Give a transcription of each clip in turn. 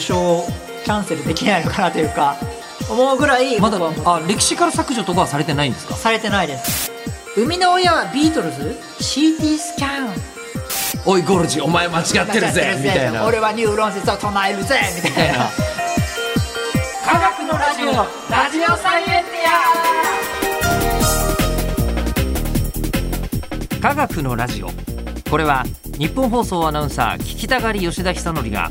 賞をキャンセルできないのかなというか思うぐらいまだ僕はもうあ歴史から削除とかはされてないんですかされてないです生みの親はビートルズ CT スキャンおいゴルジお前間違ってるぜみたいな俺はニューロン説を唱えるぜみたいな科学のラジオラジオサイエンテ科学のラジオこれは日本放送アナウンサー聞きたがり吉田久典が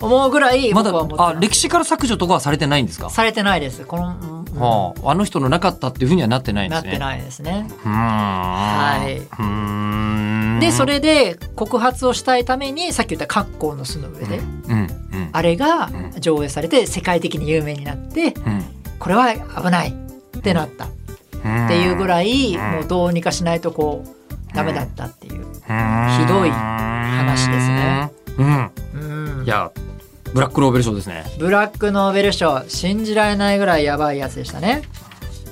思うぐらいま僕だは思ってあます歴史から削除とかはされてないんですかされてないですこの、うんはあ、あの人のなかったっていうふうにはなってないんでなすっね。てないですね。うーん。はいはいでそ、れで告発をしたいためにさっき言った「格好の巣の上うんで」うんうんあれがうん上映されて世界的に有名になってうんこれは危ないってなったっうんていうぐらいうんもうどうにかしないとこうダメだったっていう。ひどい話ですね。うん。うんいやブラックノーベル賞ですね。ブラックノーベル賞信じられないぐらいやばいやつでしたね。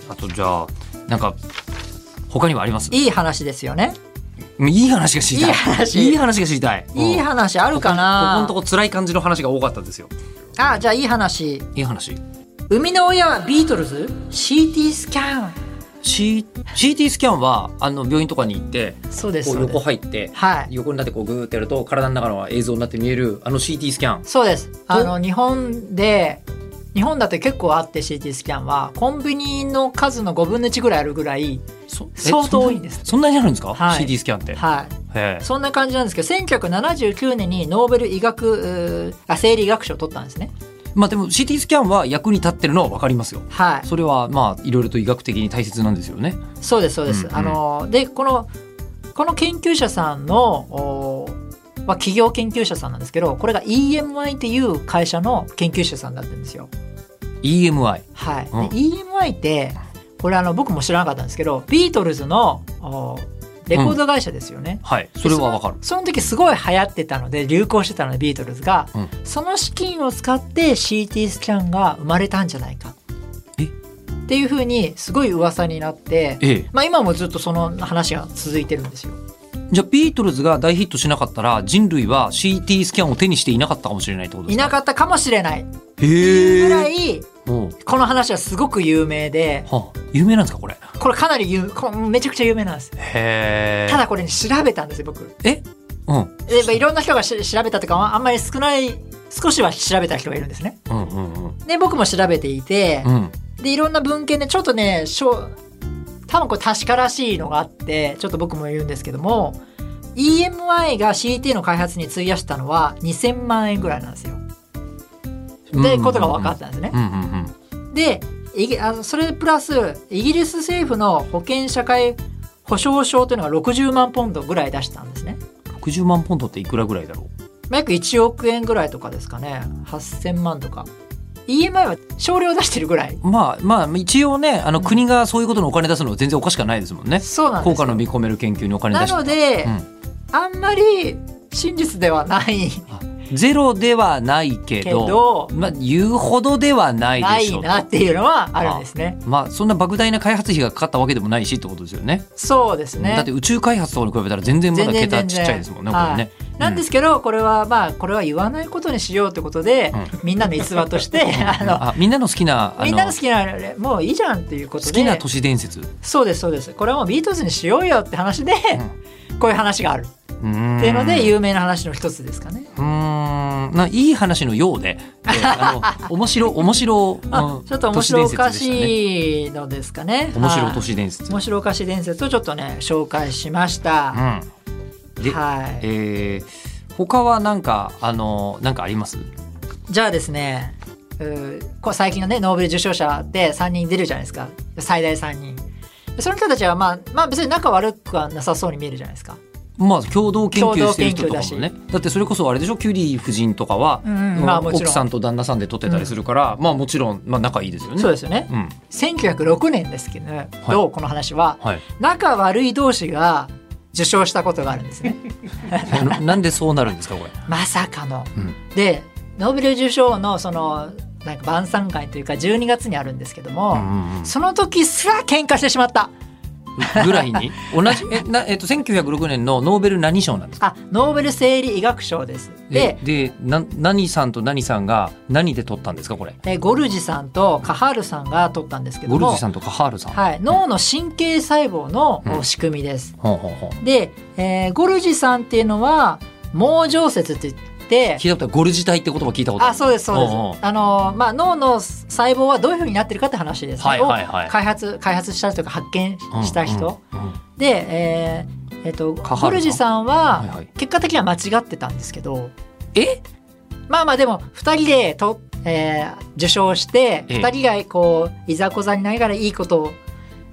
あとじゃあなんか他にはあります。いい話ですよね。いい話が知りたい。いい話いい話が知りたい。いいうん話あるかな。ここここのとこ辛い感じの話が多かったですよ。あ、じゃあいい話。いい話。生みの親はビートルズ ?CT スキャン。 C CT スキャンはあの病院とかに行ってそうですこうそうで横す入ってはい横になってこうグーってやると体の中の映像になって見えるあの CT スキャンそうですあの日本で日本だと結構あって CT スキャンはコンビニの数の5分の1ぐらいあるぐらいそえ相当多いんですそんなにそんなにあるんですか、はい CT スキャンって、はいへえそんな感じなんですけど1979年にノーベル医学うーあ生理医学賞を取ったんですねまあでも CT スキャンは役に立ってるのは分かりますよはいそれはまあいろいろと医学的に大切なんですよねそうですそうです。うんうんあのでこのこの研究者さんのおーまあ企業研究者さんなんですけど、これが EMI っていう会社の研究者さんだったんですよ。 EMI はい。でうん EMI ってこれあの僕も知らなかったんですけど、ビートルズのおーレコード会社ですよね。はいそれは分かるその時すごい流行ってたので流行してたのでビートルズが、うんその資金を使って CT スキャンが生まれたんじゃないかえっていうふうにすごい噂になってええまあ、今もずっとその話が続いてるんですよ。じゃあビートルズが大ヒットしなかったら人類は CT スキャンを手にしていなかったかもしれないってことでいすかなかったかもしれないへぐらえいこの話はすごく有名ではあ、有名なんですかこれこれかなり有こめちゃくちゃ有名なんですよへえただこれ、ね、調べたんですよ僕えうんでやっぱいろんな人がし調べたとかああんまり少ない少しは調べた人がいるんですねうんうんうんで僕も調べていてうんでいろんな文献でちょっとねしょ多分これ確からしいのがあってちょっと僕も言うんですけども EMI が CT の開発に費やしたのは2000万円ぐらいなんですよってことが分かったんですねう。んうんうんでイギあのそれプラスイギリス政府の保険社会保障証というのが60万ポンドぐらい出したんですね。 60万ポンドっていくらぐらいだろまあ約1億円ぐらいとかですかね8000万とか EMI は少量出してるぐらいうまあまあ一応ねあのうん国がそういうことのお金出すのは全然おかしくはないですもんねそうなんで効すよ果の見込める研究にお金出なしてので、うんあんまり真実ではないゼロではないけけどどまあ言うほどではないなでしいょうなっていうのはあるんですねまあそんな莫大な開発費がかかったわけでもないしってことですよねそうですねだって宇宙開発とかに比べたら全然まだ全然桁全ち然っちゃいですもんねこはいれね、なんですけどこれはまあこれは言わないことにしようってことで、うみんなの逸話としてあのあみんなの好きなあのみんなの好きなのねもういいじゃんっていうことで好きな都市伝説そうですそうですこれはもうビートルズにしようよって話で、こういう話があるっうーんていうので有名な話の一つですかね。うーんないい話のよう で、えあの面白面白、うんあちょっと面白おか都市伝説でししいのですかね。たね面白都はい市伝説、面白おかしい伝説をちょっとね紹介しました。うんで、はい、えー他はなんかあのなんかありますじゃあですねうーこう最近のねノーベル受賞者で3人出るじゃないですか最大3人。その人たちは、まあ、まあ別に仲悪くはなさそうに見えるじゃないですか。まあ共同研究してる人とか共同も研ねだってそれこそあれでしょキュリー夫人とかは、うんうんまあもちろん奥さんと旦那さんで撮ってたりするから、まあもちろん、まあ、仲いいですよねそうですよね。うん1906年ですけど、どうこの話ははい、仲悪い同士が受賞したことがあるんですねななんでそうなるんですかこれ、まさかの。うんでノーベル受賞のそのなんか晩餐会というか12月にあるんですけども、うんうんうんその時すら喧嘩してしまったぐらい に同じえなえっと1906年のノーベル何賞なんですかあノーベル生理医学賞です。でえでな何さんと何さんが何で取ったんですかこれえゴルジさんとカハールさんが取ったんですけどゴもルジさんとかハールさん、はい、脳の神経細胞うのん仕組みです。ほうほうほうで、えーゴルジさんっていうのは網状節って言って聞いたことはゴルジ体って言葉聞いたことあるあそうですそうですおうおうあのまあ脳の細胞はどういうふうになってるかって話です、ねはいはいはいを開発開発したりとか発見した人、うんうんうんでえーえっとかはるのゴルジさんは、はいはい結果的には間違ってたんですけどえまあまあでも2人でと、えー受賞してええ2人がこういざこざになりながらいいことを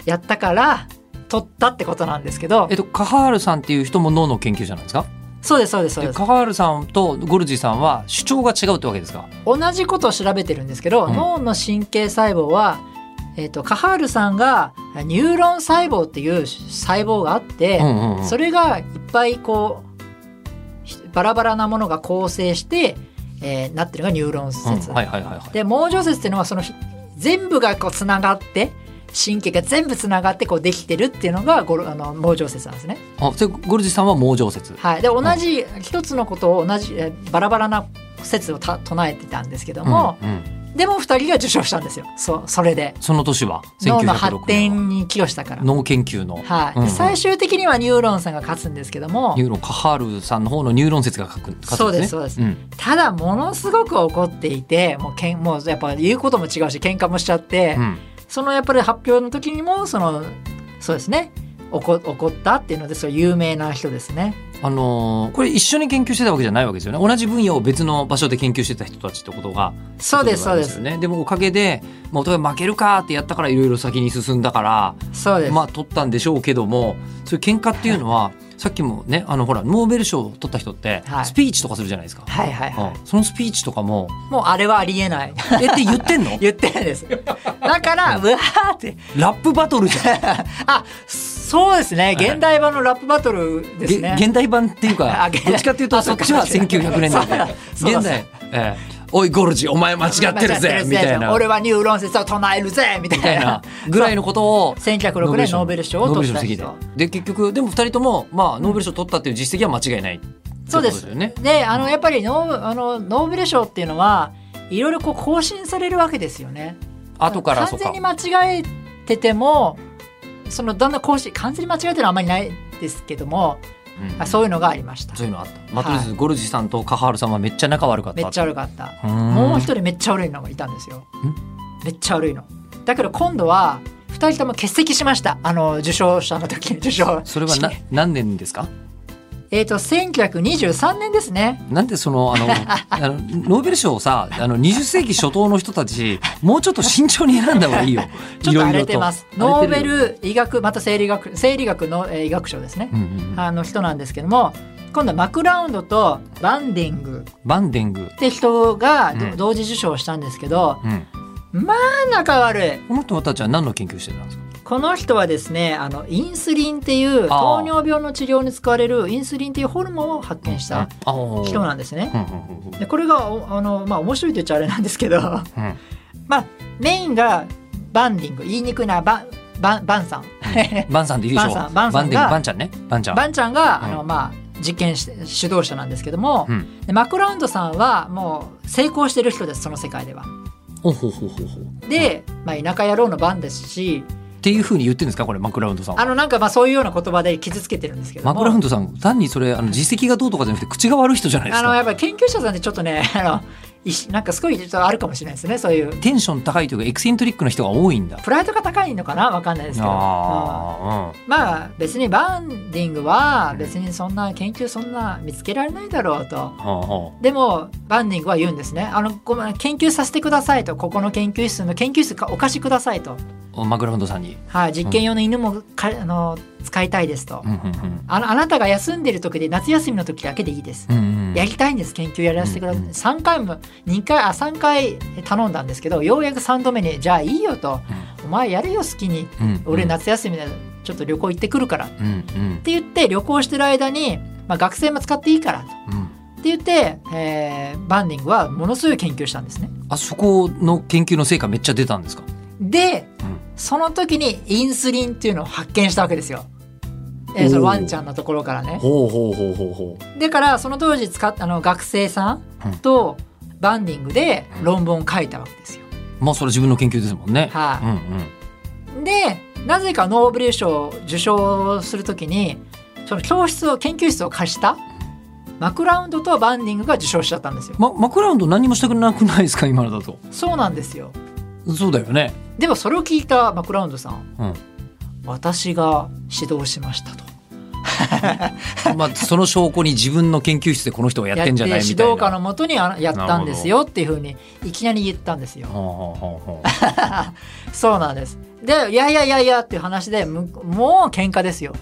やったから取ったってことなんですけどえっとカハールさんっていう人も脳の研究者なんですかそうですそうですそうでですカハールさんとゴルジさんは主張が違うってわけですか同じことを調べてるんですけど、うん脳の神経細胞は、えー、とカハールさんがニューロン細胞っていう細胞があって、うんうんうんそれがいっぱいこうひバラバラなものが構成して、えーなってるのがニューロンうん節。はいはいはいはいで網状節っていうのはそのひ全部がこうつながって神経が全部つながってこうできてるっていうのがゴロあの網状節なんですね。あでゴルジさんは盲状節はい、で同じ一つのことを同じえーバラバラな説をた唱えてたんですけども、うんうんでも二人が受賞したんですよそそれでその年は脳の1906発年は展に寄与したから。脳研究の、はいでうんうん最終的にはニューロンさんが勝つんですけどもニューロンカハールさんの方のニューロン説が書く書くんねそうですそうですうんただものすごく怒っていてもうけんもうやっぱ言うことも違うし喧嘩もしちゃって、うんそのやっぱり発表の時にもそのそうですね怒怒ったっていうのでそう有名な人ですね。あのーこれ一緒に研究してたわけじゃないわけですよね同じ分野を別の場所で研究してた人たちってことがそうですそうでことすなんよねでもおかげで、まあ、お互い負けるかってやったからいろいろ先に進んだからそうです。まあ取ったんでしょうけどもそういう喧嘩っていうのは、さっきもねあのほらノーベル賞を取った人ってはいスピーチとかするじゃないですか、はいはいはい。うんそのスピーチとかももうあれはありえない 「えっ?」て言ってんの言ってるんです。だからうわーってラップバトルじゃん、あそうですね現代版のラップバトルですねげ。現代版っていうかあ現ど代っちかっていうとあそそっっちかは1900年代そうだそうだ現代、ええおいゴルジお前間違ってるぜ」みたいな。俺はニューロン説を唱えるぜみたいみたいなな。ぐらいのことを1906年ノーベル賞を取った人ノーベル賞の席でで結局でも二人とも、まあ、ノーベル賞取ったっていう実績は間違いないってことそうでですすよね。であのやっぱりノーあのノーベル賞っていうのはいろいろこう更新されるわけですよね。後から完そうか全に間違えててもそのだんだん更新完全に間違えてるのはあんまりないですけどもうんあそういうのがありましたそういうのあった、まあ、とはりいあえずゴルジさんとカハールさんはめっちゃ仲悪かっためっちゃ悪かったゃもう一人めっちゃ悪いのがいたんですよめっちゃ悪いのだけど今度は2人とも欠席しましたあの受賞者の時に受 賞それはな何年ですかえっと1923年ですねなんでその あのあのノーベル賞をさあの20世紀初頭の人たちもうちょっと慎重に選んだ方がいいよ ちょっと荒れてますいろノいろとーベ荒れてるよル医学また生理学生理学の、えー医学賞ですねう、んうんうんあの人なんですけども今度はマクラウンドとバンディングバンデング、って人がど、うん同時受賞したんですけどうん、仲悪いこの人たちは何の研究してたんですかこの人はですねあのインスリンっていうあー糖尿病の治療に使われるインスリンっていうホルモンを発見したうんあー人なんですね。うんうんうんうんでこれがおあの、まあ、面白いと言っちゃあれなんですけど まうんあメインがバンディング言いにくいなバンバンバンさんバンさんでいいでしょバンさんバンさんがデンバンちゃんねバンちゃんバンちゃんが、あうのんまあ実験して主導者なんですけども、うんでマクラウンドさんはもう成功してる人ですその世界では。ほうほうほうほうほうで、まあ、田舎野郎の番ですしっていうふうに言ってるんですかこれマクラウンドさんはあのなんかまあそういうような言葉で傷つけてるんですけどもマクラウンドさん単にそれあの実績がどうとかじゃなくて口が悪い人じゃないですあのかやっぱり研究者さんってちょっとね あのいしなんかすごいちょっとあるかもしれないですねそういうテンション高いというかエクセントリックな人が多いんだプライドが高いのかなわかんないですけどうんあーまあ別にバンディングは別にそんな研究そんな見つけられないだろうとうんほうほでもバンディングは言うんですねあのごめん研究させてくださいとここの研究室の研究室かお貸しくださいと、うマクラウンドさんにはい、実験用の犬もかあの使いたいですとうんうんうんあのあなたが休んでる時で夏休みの時だけでいいですうんうんうんやりたいんです研究やらせてください、うんうん3回も2回あ3回頼んだんですけどようやく3度目に「じゃあいいよ」と「お前やれよ好きにうん俺夏休みでちょっと旅行行ってくるから」ってうんうん言って旅行してる間に、まあ、学生も使っていいからとうんって言って、えーバンディングはものすごい研究したんですね。あそこの研究の成果めっちゃ出たんですかでうんその時にインスリンっていうのを発見したわけですよ。えーそのおーワンちゃんのところからね。ほうほうほうほうほうだからその当時使ったあの学生さんとバンディングで論文を書いたわけですよ。まあそれ自分の研究ですもんねはい、うんうんでなぜかノーベル賞を受賞するときにその教室を研究室を貸したマクラウンドとバンディングが受賞しちゃったんですよま、マクラウンド何もしたくなくないですか今のだとそうなんですよそうだよねでもそれを聞いたマクラウンドさん、うん私が指導しましたとまあ、その証拠に自分の研究室でこの人はやってんじゃやないっみてた指い導家な。のもとにあのやったんですよっていうふうにいきなり言ったんですよほうほうほうほそうなんですでいやいやいやいやっていう話でむもう喧嘩ですよ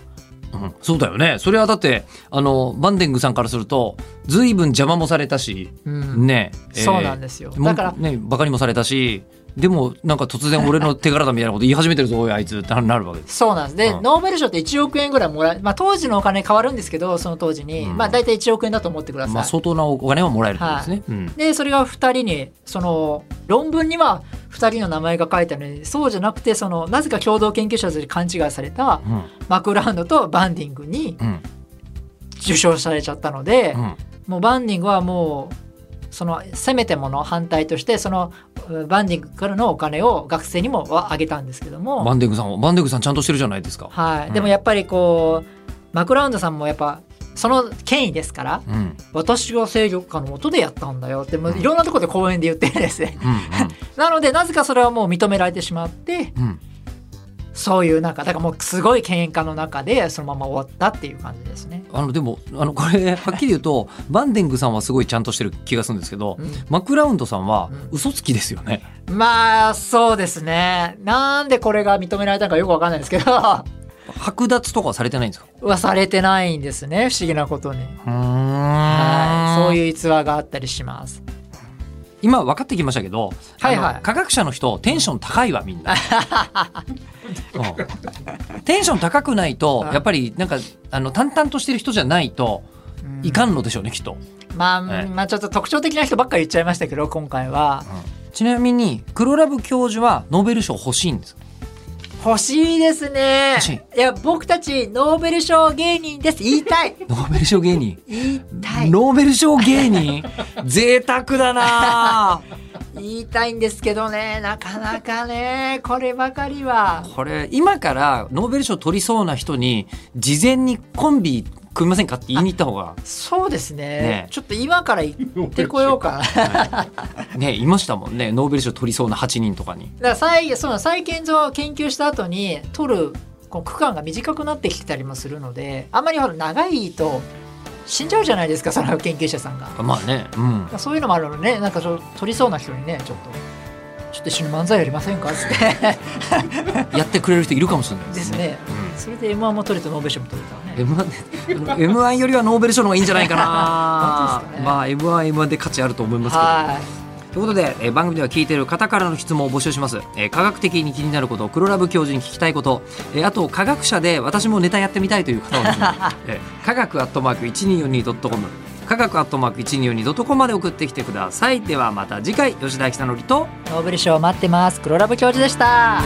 ううんそうだよねそれはだってあのバンデングさんからすると随分邪魔もされたし、うんねえーそうなんですよだからもうねバカにもされたしでもなんか突然俺の手柄だみたいなこと言い始めてるぞおいあいつってなるわけです。そうなんです。で、うんノーベル賞って1億円ぐらいもらえ、まあ当時のお金変わるんですけど、その当時に、うんまあ大体1億円だと思ってください。まあ、相当なお金はもらえるってことですね。うんで、それが2人に、その、論文には2人の名前が書いてあるのに、そうじゃなくて、その、なぜか共同研究者として勘違いされたうんマクラウンドとバンディングにうん受賞されちゃったので、うんもうバンディングはもう、そのせめてもの反対としてそのうバンディングからのお金を学生にもはあげたんですけども、バンデングさんはバンデングさんちゃんとしてるじゃないですか。はい、うんでもやっぱりこうマクラウンドさんもやっぱその権威ですからうんうん私が勢力下の下でやったんだよってもういろんなところで講演で言ってるんですね。 うなのでなぜかそれはもう認められてしまってんうん。そういうなんかだからもうすごい喧嘩の中でそのまま終わったっていう感じですね。あのでもあのこれはっきり言うとバンデングさんはすごいちゃんとしてる気がするんですけどうんマクラウンドさんはうん嘘つきですよね。まあそうですねなんでこれが認められたのかよくわかんないですけど剥奪とかはされてないんですか。はされてないんですね不思議なことに、はい、はそうういう逸話があったりします今分かってきましたけど、はいはいあの科学者の人テンション高いわみ んな。うんテンション高くないとはいやっぱりなんかあの淡々としてる人じゃないといかん、んのでしょうねきっと。まあ、はいまあちょっと特徴的な人ばっかり言っちゃいましたけど今回はちなみに黒ラブ教授はノーベル賞欲しいんです。欲しいですね欲しいや僕たちノーベル賞芸人です言いたいノーベル賞芸人。言いたいノーベル賞芸 人贅沢だなあ言いたいんですけどねなかなかねこればかりはこれ今からノーベル賞取りそうな人に事前にコンビ組みませんかって言いに行った方がそうですねねちょっと今から行ってこようかなねいましたもんねノーベル賞取りそうな8人とかに。だから再その再建造を研究した後に取るこう区間が短くなってきたりもするのであんまりほら長いと死んじゃうじゃないですかその研究者さんが。まあね、うん。そういうのもあるのでねなんかちょっと取りそうな人にねちょっと「ちょっと一緒に漫才やりませんか?」っつって やってくれる人いるかもしれないでですすね。ねそれで m 1も取れてノーベル賞も取れたわね。 M1, M1 よりはノーベル賞の方がいいんじゃないかな本当ですかねまあ M1 M1 で価値あると思いますけどはいということで、えー番組では聞いている方からの質問を募集します、えー科学的に気になること黒ラブ教授に聞きたいこと、えーあと科学者で私もネタやってみたいという方は ですね、えー科学アットマーク 1242.com 科学アットマーク 1242.com まで送ってきてくださいではまた次回吉田久典とノーベル賞待ってます黒ラブ教授でした。